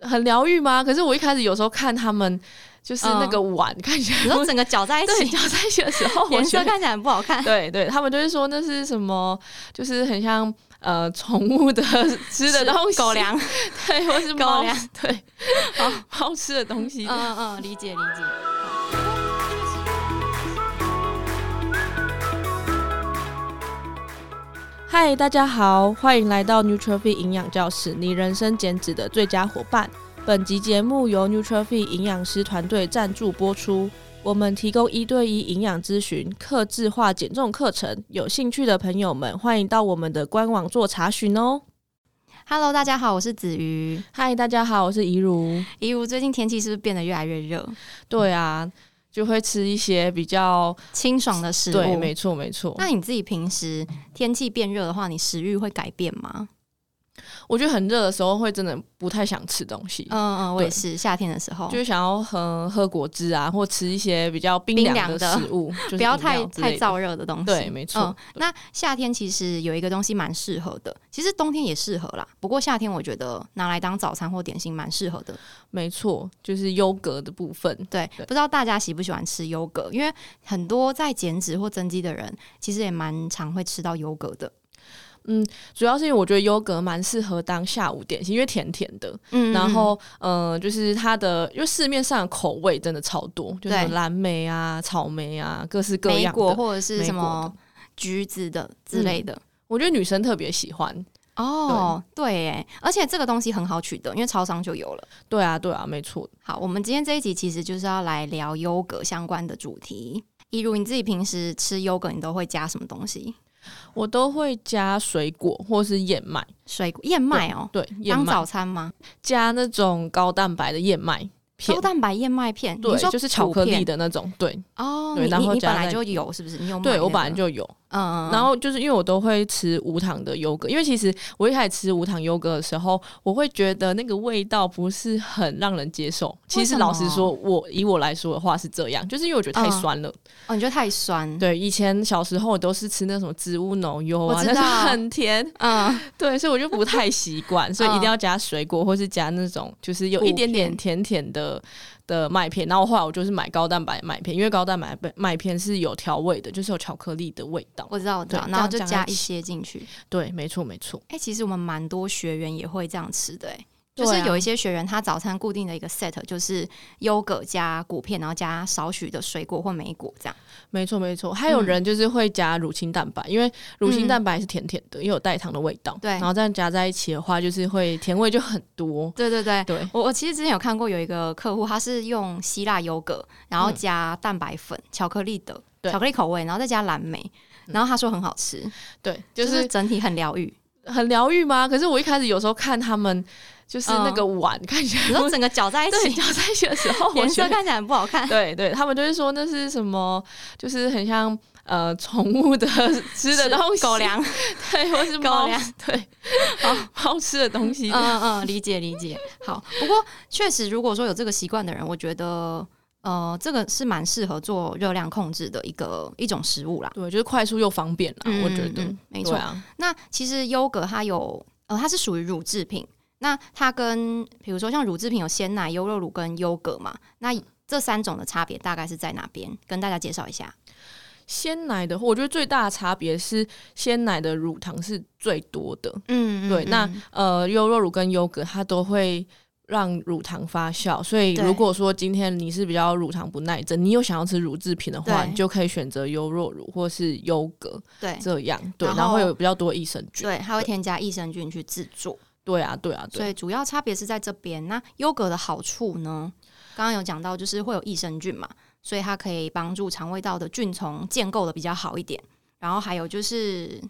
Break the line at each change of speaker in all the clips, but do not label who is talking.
很疗愈吗？可是我一开始有时候看他们就是那个碗、看起
嗯你说
来。
整个搅在 一
对，
起，
搅在一起的时候，我
颜
觉
色
得
看起来很不好 看。
对对，他们就会说那是什么，就是很像呃宠物的 吃的东西，
狗，粮，
对，或是
狗
猫
粮，
对，
哦
猫吃的东西。
嗯嗯，理解理解。
嗨，大家好，欢迎来到 Nutrify 营养教室，你人生减脂的最佳伙伴。本集节目由 Nutrify 营养师团队赞助播出。我们提供一对一营养咨询、客制化减重课程，有兴趣的朋友们欢迎到我们的官网做查询哦。
Hello，大家好，我是子瑜。
嗨，大家好，我是怡如。
怡如，最近天气是不是变得越来越热？
对啊，就会吃一些比较
清爽的食物。
对，没错没错。
那你自己平时天气变热的话，你食欲会改变吗？
我觉得很热的时候会真的不太想吃东西，
嗯嗯，我也
对
是，夏天的时候
就。是想要喝喝果汁啊，或吃一些比较冰
冰
凉
凉
的
的
食物， 就是
不要
饮料
太
之
太
类的。
燥热的东西。
对没错
嗯，那夏天其实有一个东西蛮适合的，其实冬天也适合啦。不过夏天我觉得拿来当早餐或点心蛮适合的。
没错，就是优格的部分。
对，
对
不知道大家喜不喜欢吃优格？因为很多在减脂或增肌的人，其实也蛮常会吃到优格的。
主要是因为我觉得优格蛮适合当下午点心，因为甜甜的。
嗯
然后，嗯、呃，就是它的，因为市面上的口味真的超多，就是
对
什么蓝莓啊、草莓啊，各式各
莓
样
果
的。
或者是
莓
什
果
么橘子的之类的。
我觉得女生特别喜欢。
哦，对，哎，而且这个东西很好取得，因为超商就有了。
对啊，对啊，没错。
好，我们今天这一集其实就是要来聊优格相关的主题。一如你自己平时吃优格，你都会加什么东西？
我都会加水果或是燕麦，
水果、燕麦哦，
对，燕
当
麦
早餐吗？
加那种高蛋白的燕麦片
高，蛋白燕麦片，
对
你说，
就是巧克
谷
力
片
的那种，对，
哦。
对
你
然
你
后
你
加
本来
在
就有是不是？你有买
对我
那
本来
个
就有。
嗯，嗯嗯
然后就是因为我都会吃无糖的优格，因为其实我一开始吃无糖优格的时候，我会觉得那个味道不是很让人接受。其
什
实
么
老实说，我以我来说的话是这样，就是因为我觉得太
嗯
酸了。
哦，你觉得太酸？
对，以前小时候我都是吃那什么植物奶油
我
啊，
知
那是
道
很甜，
嗯，
对，所以我就不太习惯，所以一定要加水果，或是加那种就是有一点点甜甜的的麦片。然后后来我就是买高蛋白麦片，因为高蛋白麦片是有调味的，就是有巧克力的味道。
我知道，我知道。
对
然后
这
就
样
加
加在
一
一起
些进去。
对，没错，没错。
哎、其实我们蛮多学员也会这样吃的、哎，就
对
是
啊
有一些学员他早餐固定的一个 set 就是优格加谷片，然后加少许的水果或莓果这样。
没错，没错。还
嗯
有人就是会加乳清蛋白，因为乳清蛋白是甜甜的，又有代糖的味道。
对
然后这样加在一起的话，就是会甜味就很多。
对对对。
对，
我我其实之前有看过有一个客户，他是用希腊优格，然后加蛋白粉、巧克力的
对
巧克力口味，然后再加蓝莓，然后他说很好吃，
对，
就
就是是
整体很疗愈。
很疗愈吗？可是我一开始有时候看他们，就是那
嗯
个碗、看起
你
来
说整个搅在一
对
起，
搅在一起的时 候，我
颜
觉
色
得
看起来很不好看。
对对，他们就会说那是什么，就是很像呃宠物的 吃的东西，
狗，粮，
对，或是
狗
猫
粮，
对，猫吃的东西，
嗯嗯，理解理解。好，不过确实，如果说有这个习惯的人，我觉得呃，这个是蛮适合做热量控制的一个一种食物啦。
对，就是快速又方便啦，我觉得
嗯嗯，嗯没
对
错。
啊，
那其实优格它有呃，它是属于乳制品。那它跟比如说像乳制品有鲜奶、优酪乳跟优格嘛，那这三种的差别大概是在哪边？跟大家介绍一下。
鲜奶的话，我觉得最大的差别是鲜奶的乳糖是最多的，
嗯
对那
嗯
呃，优酪乳跟优格它都会。让乳糖发酵，所以
对
如果说今天你是比较乳糖不耐症，你又想要吃乳制品的话，
对
你就可以选择优酪乳或是优格
对
这样，对，
然
然
后
后会有比较多益生菌。
对，它会添加益生菌去制作。
对啊，对啊，
所
对，
以主要差别是在这边。那优格的好处呢？刚刚有讲到，就是会有益生菌嘛，所以它可以帮助肠胃道的菌丛建构的比较好一点。然后还有就是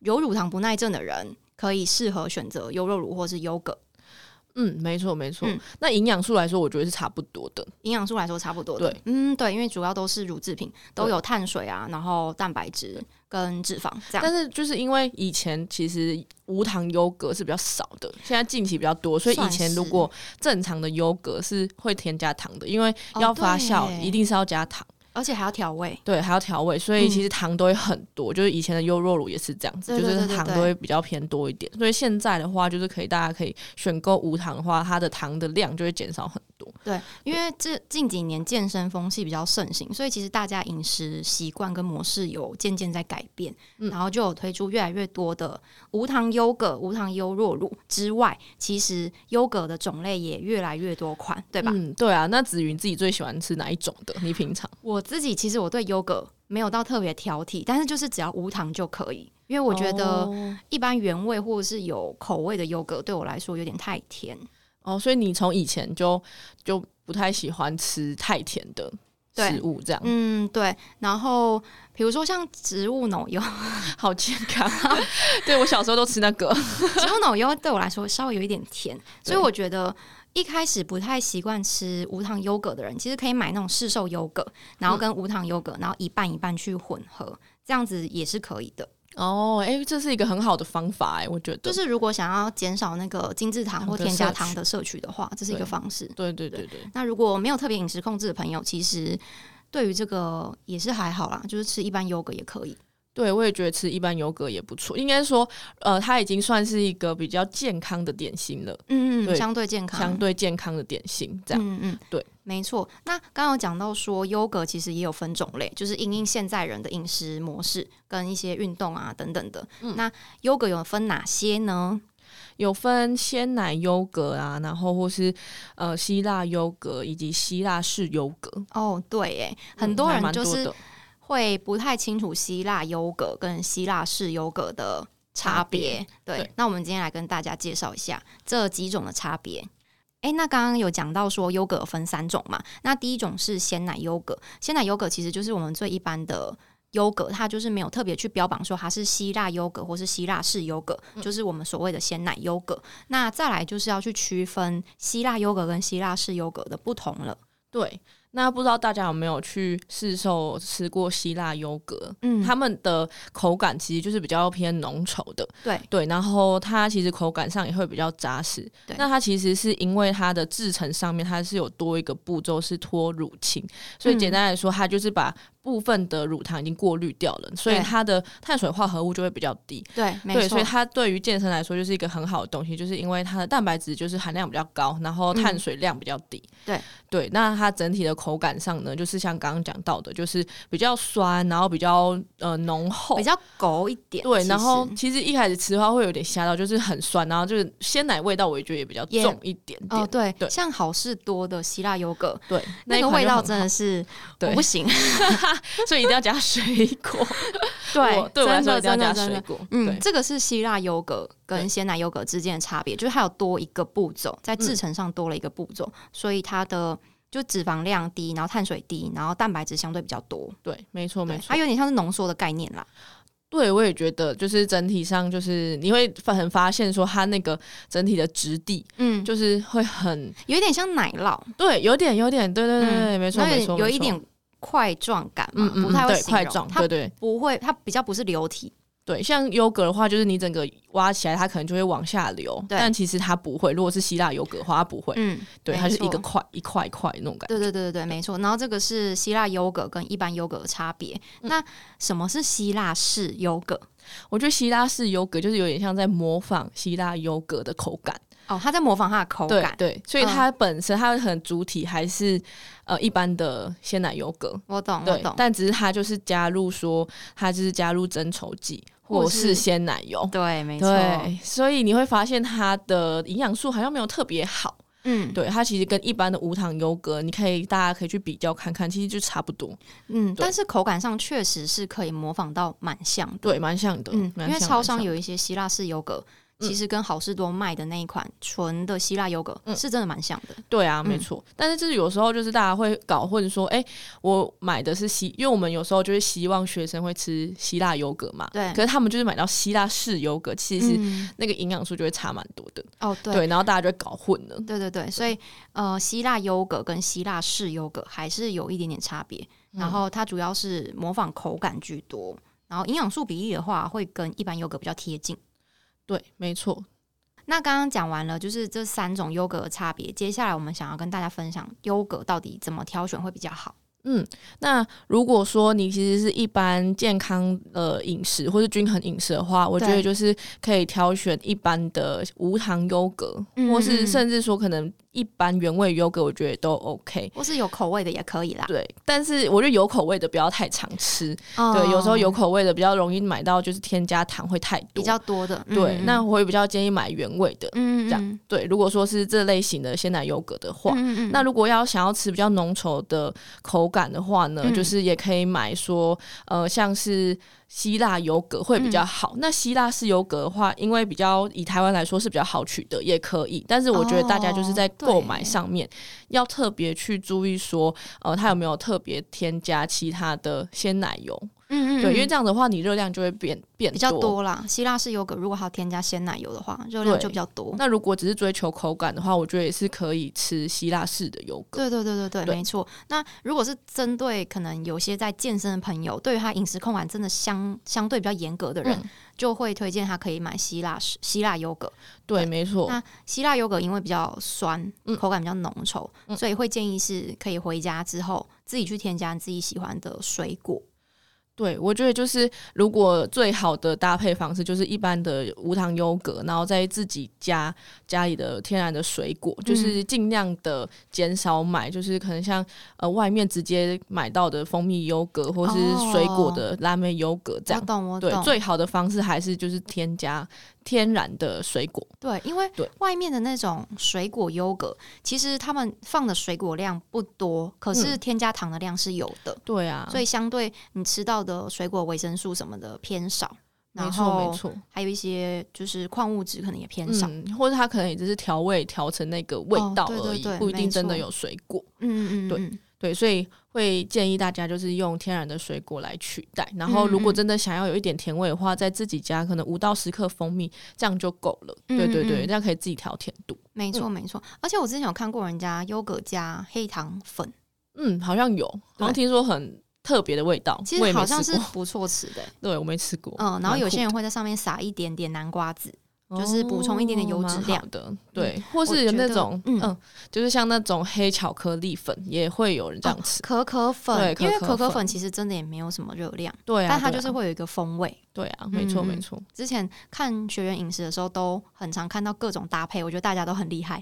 有乳糖不耐症的人，可以适合选择优酪乳或是优格。
嗯，没错，没错。
嗯
那营养素来说，我觉得是差不多的。
营养素来说差不多的，
对
嗯，对，因为主要都是乳制品，都
对
有碳水啊，然后蛋白质跟脂肪这样。
但是就是因为以前其实无糖优格是比较少的，现在近期比较多，所以以
算
前
是
如果正常的优格是会添加糖的，因为
哦
要发酵
对
一定是要加糖。
而且还要调味。
对，还要调味，所以
嗯
其实糖都会很多，就是以前的优酪乳也是这样子，
对对
就是
对对
糖
对
都会比较偏多一点。所以现在的话，就是可以大家可以选购无糖的话，它的糖的量就会减少很多。
对，因为这近几年健身风气比较盛行，所以其实大家饮食习惯跟模式有渐渐在改变，
嗯
然后就有推出越来越多的无糖优格、无糖优酪乳之外，其实优格的种类也越来越多款，对吧？
嗯，对啊。那子云自己最喜欢吃哪一种的？你平常
我自己其实我对优格没有到特别挑剔，但是就是只要无糖就可以，因为我觉得
哦
一般原味或者是有口味的优格对我来说有点太甜。
哦，所以你从以前就就不太喜欢吃太甜的
对
食物，这样、
嗯，对。然后比如说像植物奶油，
好健康。啊 对我小时候都吃那个，
植物奶油对我来说稍微有一点甜，
对
所以我觉得一开始不太习惯吃无糖优格的人，其实可以买那种市售优格，然后
嗯
跟无糖优格，然后一半一半去混合，这样子也是可以的。
哦，哎、这是一个很好的方法哎、我觉得。
就是如果想要减少那个精制糖
糖
或
的
添加
摄
糖
取
的摄取的话，这是一
对
个方式。
对对对对，
那如果没有特别饮食控制的朋友，其实对于这个也是还好啦，就是吃一般优格也可以。
对我也觉得吃一般优格也不错。应该说，呃，它已经算是一个比较健康的点心了，
嗯，
对
嗯，相对健康，
相对健康的点心这样。
嗯嗯，
对，
没错。那刚刚有讲到说，优格其实也有分种类，就是因应现在人的饮食模式跟一些运动啊等等的。
嗯
那优格有分哪些呢？
有分鲜奶优格啊，然后或是呃希腊优格以及希腊式优格，
哦，对，哎，
嗯
很多
还
人
蛮
就
多
是
的
会不太清楚希腊优格跟希腊式优格的差别。对，
对
那我们今天来跟大家介绍一下这几种的差别。诶，那刚刚有讲到说优格有分三种嘛？那第一种是鲜奶优格，鲜奶优格其实就是我们最一般的优格，它就是没有特别去标榜说它是希腊优格或是希腊式优格，
嗯
就是我们所谓的鲜奶优格。那再来就是要去区分希腊优格跟希腊式优格的不同了。
对。那不知道大家有没有去市售吃过希腊优格？
嗯
他们的口感其实就是比较偏浓稠的，
对，
对，然后它其实口感上也会比较扎实。
对
那它其实是因为它的制成上面它是有多一个步骤是脱乳清，所以
嗯
简单来说，它就是把部分的乳糖已经过滤掉了，所以
对
它的碳水化合物就会比较低。
对，没
对，
错
所以。它对于健身来说就是一个很好的东西，就是因为它的蛋白质就是含量比较高，然后碳水量比较低。
嗯对
对，那它整体的口感上呢，就是像刚刚讲到的，就是比较酸，然后比较呃浓厚，
比较狗一点。
对，
其实
然后其实一开始吃的话会有点吓到，就是很酸，然后就是鲜奶味道，我也觉得也比较
也
重一点点。
哦，对，
对
像好事多的希腊优格，
对，
那
一
个
款
味
就
道
很
真
好
的是我
对
不，行。
所以一定要加水 果。我对我来
真
说
的
一定要
真的
加
真
水
的。
果。
嗯
对，，
这个是希腊优格
对
跟鲜奶优格之间的差别，就是它有多一个步骤，在制成上多了一个步骤，所以它的就脂肪量低，然后碳水低，然后蛋白质相对比较多，
对，没错
对
哦没错
它。有点像是浓缩的概念啦。
对，我也觉得，就是整体上，就是你会发很发现说它那个整体的质地，
嗯，就
就是会很
有一点像奶酪，嗯
对，有点有点，对对对对，没错
然后有
没错，
有
没
一
错，
点块状感嘛
嗯，嗯，
不太
嗯
会
对
形
块
容
状，
它
对对
不会，它比较不是流体，
对，像优格的话，就是你整个挖起来，它可能就会往下流，
对
但其实它不会。如果是希腊优格的话，它不会，
嗯，
对，
没
它就是一
错
个块一块一块那种感觉。
对对对对对，没错。然后这个是希腊优格跟一般优格的差别。
嗯
那什么是希腊式优格？
我觉得希腊式优格就是有点像在模仿希腊优格的口感，
哦，他在模仿它的口
对
感。嗯
对，所以它本身它很主体还是呃一般的鲜奶优格，
我懂，我
对，
哦懂。
但只是它就是加入说它就是加入增稠剂
或
或
是
是鲜奶油，
对，没错。
对，所以你会发现它的营养素好像没有特别好。
嗯，
对，它其实跟一般的无糖优格，你可以大家可以去比较看看，其实就差不多，
嗯，
对
但是口感上确实是可以模仿到蛮像的。
对，蛮像的。
嗯，因
蛮
为
像
超
蛮
商
像
有一些希腊式优格。
嗯
其实跟好事多卖的那一款纯的希腊优格
嗯
是真的蛮像的，
对啊，没
嗯
错。但是就是有时候就是大家会搞混说，哎、我买的是希，因为我们有时候就是希望学生会吃希腊优格嘛，
对
可是他们就是买到希腊式优格，其实
嗯，
那个营养素就会差蛮多的，
哦，对，
对，然后大家就会搞混了。
对对对，所以呃，希腊优格跟希腊式优格还是有一点点差别，
嗯
然后它主要是模仿口感居多，然后营养素比例的话会跟一般优格比较贴近。
对，没错。
那刚刚讲完了，就是这三种优格的差别，接下来我们想要跟大家分享优格到底怎么挑选会比较好。
嗯，那如果说你其实是一般健康呃饮食或是均衡饮食的话，我觉得
对
就是可以挑选一般的无糖优格，
嗯
或是
嗯
甚至说可能一般原味优格，我觉得都 OK。
或是有口味的也可以啦。
对，但是我觉得有口味的不要太常吃，
哦
对，有时候有口味的比较容易买到，就是添加糖会太多。
比较多的，嗯
对，
嗯
那我会比较建议买原味的。
嗯
这样
样
对，如果说是这类型的鲜奶优格的话，
嗯嗯
那如果要想要吃比较浓稠的口感的话呢，
嗯
就是也可以买说，呃，像是希腊优格会
嗯
比较好。那希腊式优格的话，因为比较以台湾来说是比较好取得，也可以。但是我觉得大家就是在
哦对
购买上面、要特别去注意说，呃，它有没有特别添加其他的鲜奶油？
嗯嗯
对，
嗯
因为这样的话，你热量就会变变
比较多啦。希腊式优格如果还有添加鲜奶油的话，热量
对
就比较多。
那如果只是追求口感的话，我觉得也是可以吃希腊式的优格。
对对对对对，
对
没错。那如果是针对可能有些在健身的朋友，对于他饮食控管真的相相对比较严格的人，
嗯
就会推荐他可以买希腊式希腊优格。
对，没错。
那希腊优格因为比较酸，
嗯
口感比较浓稠，所以会建议是可以回家之后自己去添加自己喜欢的水果。
对，我觉得就是如果最好的搭配方式就是一般的无糖优格，然后再自己加家里的天然的水果，
嗯
就是尽量的减少买，就是可能像呃外面直接买到的蜂蜜优格或是水果的蓝莓优格这
哦我
样。
懂，我
对，
懂。
最好的方式还是就是添加天然的水果。
对，因为
对
外面的那种水果优格，其实他们放的水果量不多，可
嗯
是添加糖的量是有的，
对啊，
所以相对你吃到的水果维生素什么的偏少，
没
然
错
后
没错。
还有一些就是矿物质可能也偏少。嗯
嗯，或者它可能也只是调味调成那个味
哦
道而
对
已，
对对
不一定
没
真的
错
有水果。
嗯嗯，
对
嗯
对，所以会建议大家就是用天然的水果来取代。然后，如果
嗯嗯
真的想要有一点甜味的话，在自己家可能五到十克蜂蜜，这样就够了。
嗯
对对
嗯
对，
嗯
这样可以自己调甜度。
没错没错。而且我之前有看过人家优格加黑糖粉，
嗯，好像有，好像
对
听说很特别的味道，
其
我
实
也没
好像
吃
是
过
不错吃 的、
对我没吃过。
嗯，然后
蛮
有
酷
些人会在上面撒一点点南瓜子，
的
就是补充一点点
哦
油脂
蛮好
量嗯
的，对，或
我
是有
觉
那
得
种嗯
嗯
就是像那种黑巧克力粉也会有
哦
人这样吃。
可可粉，
对
因为
可可
可可
粉
粉其实真的也没有什么热量，
对啊，
但它
对
就是
啊
会有一个风味。
对啊，没错没
嗯嗯
错。
之前看学员饮食的时候，都很常看到各种搭配，我觉得大家都很厉害。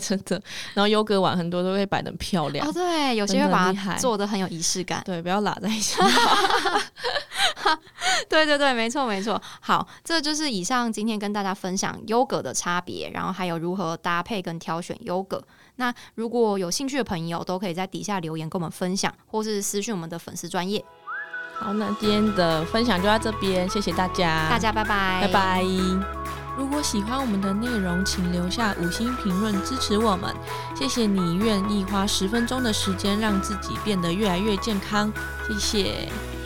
真的。然后优格碗很多都会摆的漂亮
哦，，对，有些
真
会
的
把
厉害
它做的很有仪式感。
对，不要拉在一起。
对对对，没错没错。好，这就是以上今天跟大家分享优格的差别，然后还有如何搭配跟挑选优格。那如果有兴趣的朋友，都可以在底下留言跟我们分享，或是私讯我们的粉丝专业。
好，那今天的分享就到这边，谢谢大家，
大家拜
拜
拜，
拜。如果喜欢我们的内容，请留下五星评论支持我们。谢谢你愿意花十分钟的时间让自己变得越来越健康，谢谢。